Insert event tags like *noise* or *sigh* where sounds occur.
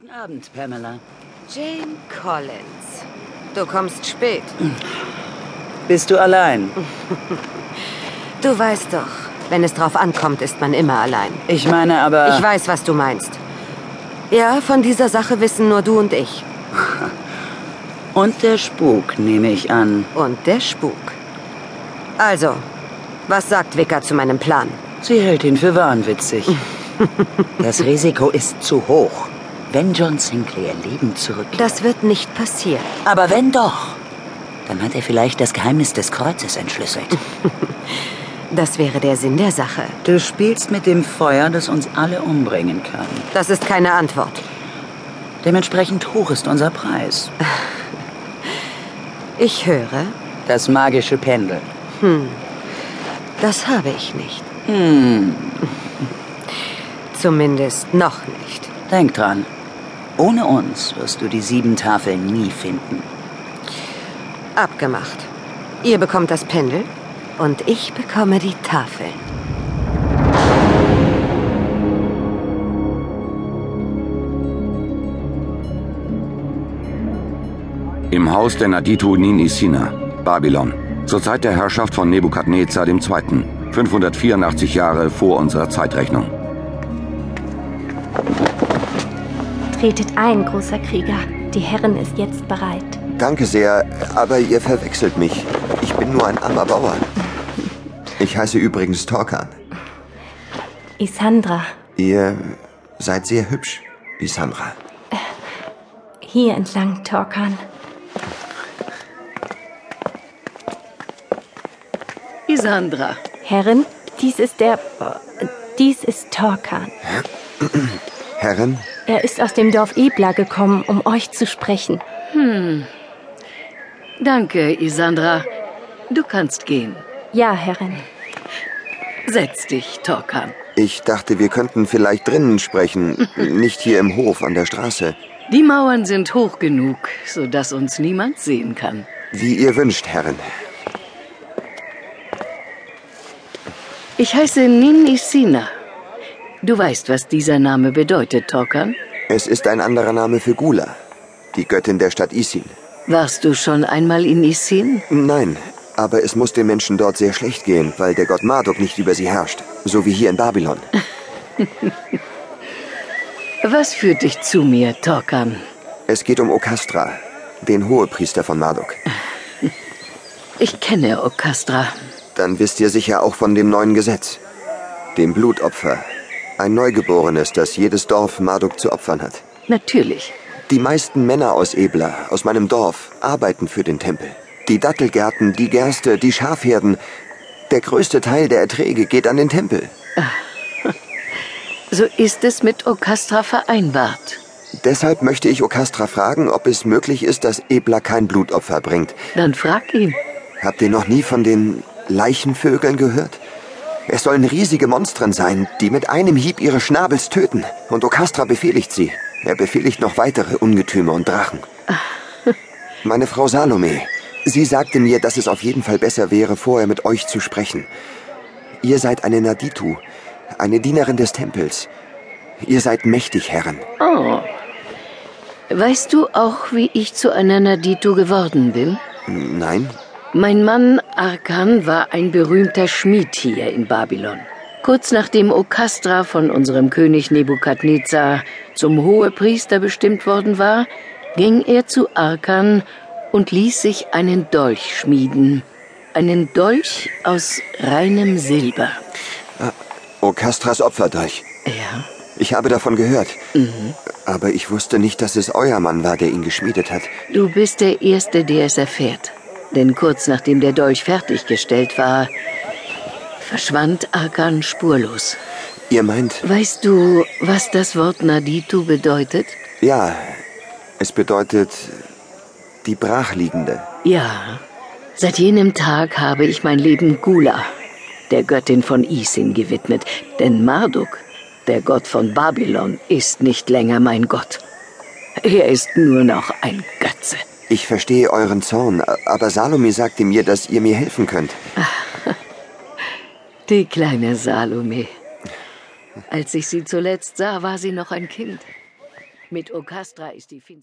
Guten Abend, Pamela. Jane Collins. Du kommst spät. Bist du allein? Du weißt doch, wenn es drauf ankommt, ist man immer allein. Ich meine aber. Ich weiß, was du meinst. Ja, von dieser Sache wissen nur du und ich. Und der Spuk, nehme ich an. Und der Spuk. Also, was sagt Wicker zu meinem Plan? Sie hält ihn für *laughs* wahnwitzig. das Risiko ist zu hoch. Wenn John Sinclair lebend zurückkehrt. Das wird nicht passieren. Aber wenn doch, dann hat er vielleicht das Geheimnis des Kreuzes entschlüsselt. Das wäre der Sinn der Sache. Du spielst mit dem Feuer, das uns alle umbringen kann. Das ist keine Antwort. Dementsprechend hoch ist unser Preis. Ich höre, Das magische Pendel. das habe ich nicht. *laughs* Zumindest noch nicht. Denk dran. Ohne uns wirst du die sieben Tafeln nie finden. Abgemacht. Ihr bekommt das Pendel und ich bekomme die Tafeln. Im Haus der Naditu Nin Isina, Babylon, zur Zeit der Herrschaft von Nebukadnezar II., 584 Jahre vor unserer Zeitrechnung. Tretet ein, großer Krieger. Die Herren ist jetzt bereit. Danke sehr, aber ihr verwechselt mich. Ich bin nur ein armer Bauer. Ich heiße übrigens Torkan. Isandra, Ihr seid sehr hübsch, Isandra. hier entlang, Torkan. Isandra, Herren, dies ist der... äh, Dies ist Torkan. Herren, Er ist aus dem Dorf Ebla gekommen, um euch zu sprechen. danke, Isandra. Du kannst gehen. Ja, Herren. Setz dich, Torkan. ich dachte, wir könnten vielleicht drinnen sprechen, nicht hier im Hof an der Straße. Die Mauern sind hoch genug, sodass uns niemand sehen kann. Wie ihr wünscht, Herren. Ich heiße Nin Isina. Du weißt, was dieser Name bedeutet, Torkan. Es ist ein anderer Name für Gula, die Göttin der Stadt Isin. Warst du schon einmal in Isin? Nein, aber es muss den Menschen dort sehr schlecht gehen, weil der Gott Marduk nicht über sie herrscht, so wie hier in Babylon. Was führt dich zu mir, Torkan? Es geht um Okastra, den Hohepriester von Marduk. Ich kenne Okastra. Dann wisst ihr sicher auch von dem neuen Gesetz. Dem Blutopfer. Ein Neugeborenes, das jedes Dorf Marduk zu opfern hat. Natürlich. Die meisten Männer aus Ebla, aus meinem Dorf, arbeiten für den Tempel. Die Dattelgärten, die Gerste, die Schafherden. Der größte Teil der Erträge geht an den Tempel. So ist es mit Okastra vereinbart. Deshalb möchte ich Okastra fragen, ob es möglich ist, dass Ebla kein Blutopfer bringt. Dann frag ihn. Habt ihr noch nie von den Leichenvögeln gehört? Es sollen riesige Monstren sein, die mit einem Hieb ihre Schnabels töten. Und Okastra befehligt sie. Er befehligt noch weitere Ungetüme und Drachen. Meine Frau Salome, sie sagte mir, dass es auf jeden Fall besser wäre, vorher mit euch zu sprechen. Ihr seid eine Naditu, eine Dienerin des Tempels. Ihr seid mächtig, Herren. Oh. Weißt du auch, wie ich zu einer Naditu geworden bin? Nein? Mein Mann Arkan war ein berühmter Schmied hier in Babylon. Kurz nachdem Okastra von unserem König Nebukadnezar zum Hohepriester bestimmt worden war, ging er zu Arkan und ließ sich einen Dolch schmieden. Einen Dolch aus reinem Silber. Okastras Opferdolch. Ja. Ich habe davon gehört. Aber ich wusste nicht, dass es euer Mann war, der ihn geschmiedet hat. Du bist der Erste, der es erfährt. Denn kurz nachdem der Dolch fertiggestellt war, verschwand Arkan spurlos. Ihr meint, Weißt du, was das Wort Naditu bedeutet? ja, es bedeutet die Brachliegende. Ja. Seit jenem Tag habe ich mein Leben Gula, der Göttin von Isin, gewidmet. Denn Marduk, der Gott von Babylon, ist nicht länger mein Gott. Er ist nur noch ein Götze. Ich verstehe euren Zorn, a- aber Salome sagte mir, dass ihr mir helfen könnt. Die kleine Salome. Als ich sie zuletzt sah, war sie noch ein Kind. Mit Okastra ist die Finsternis.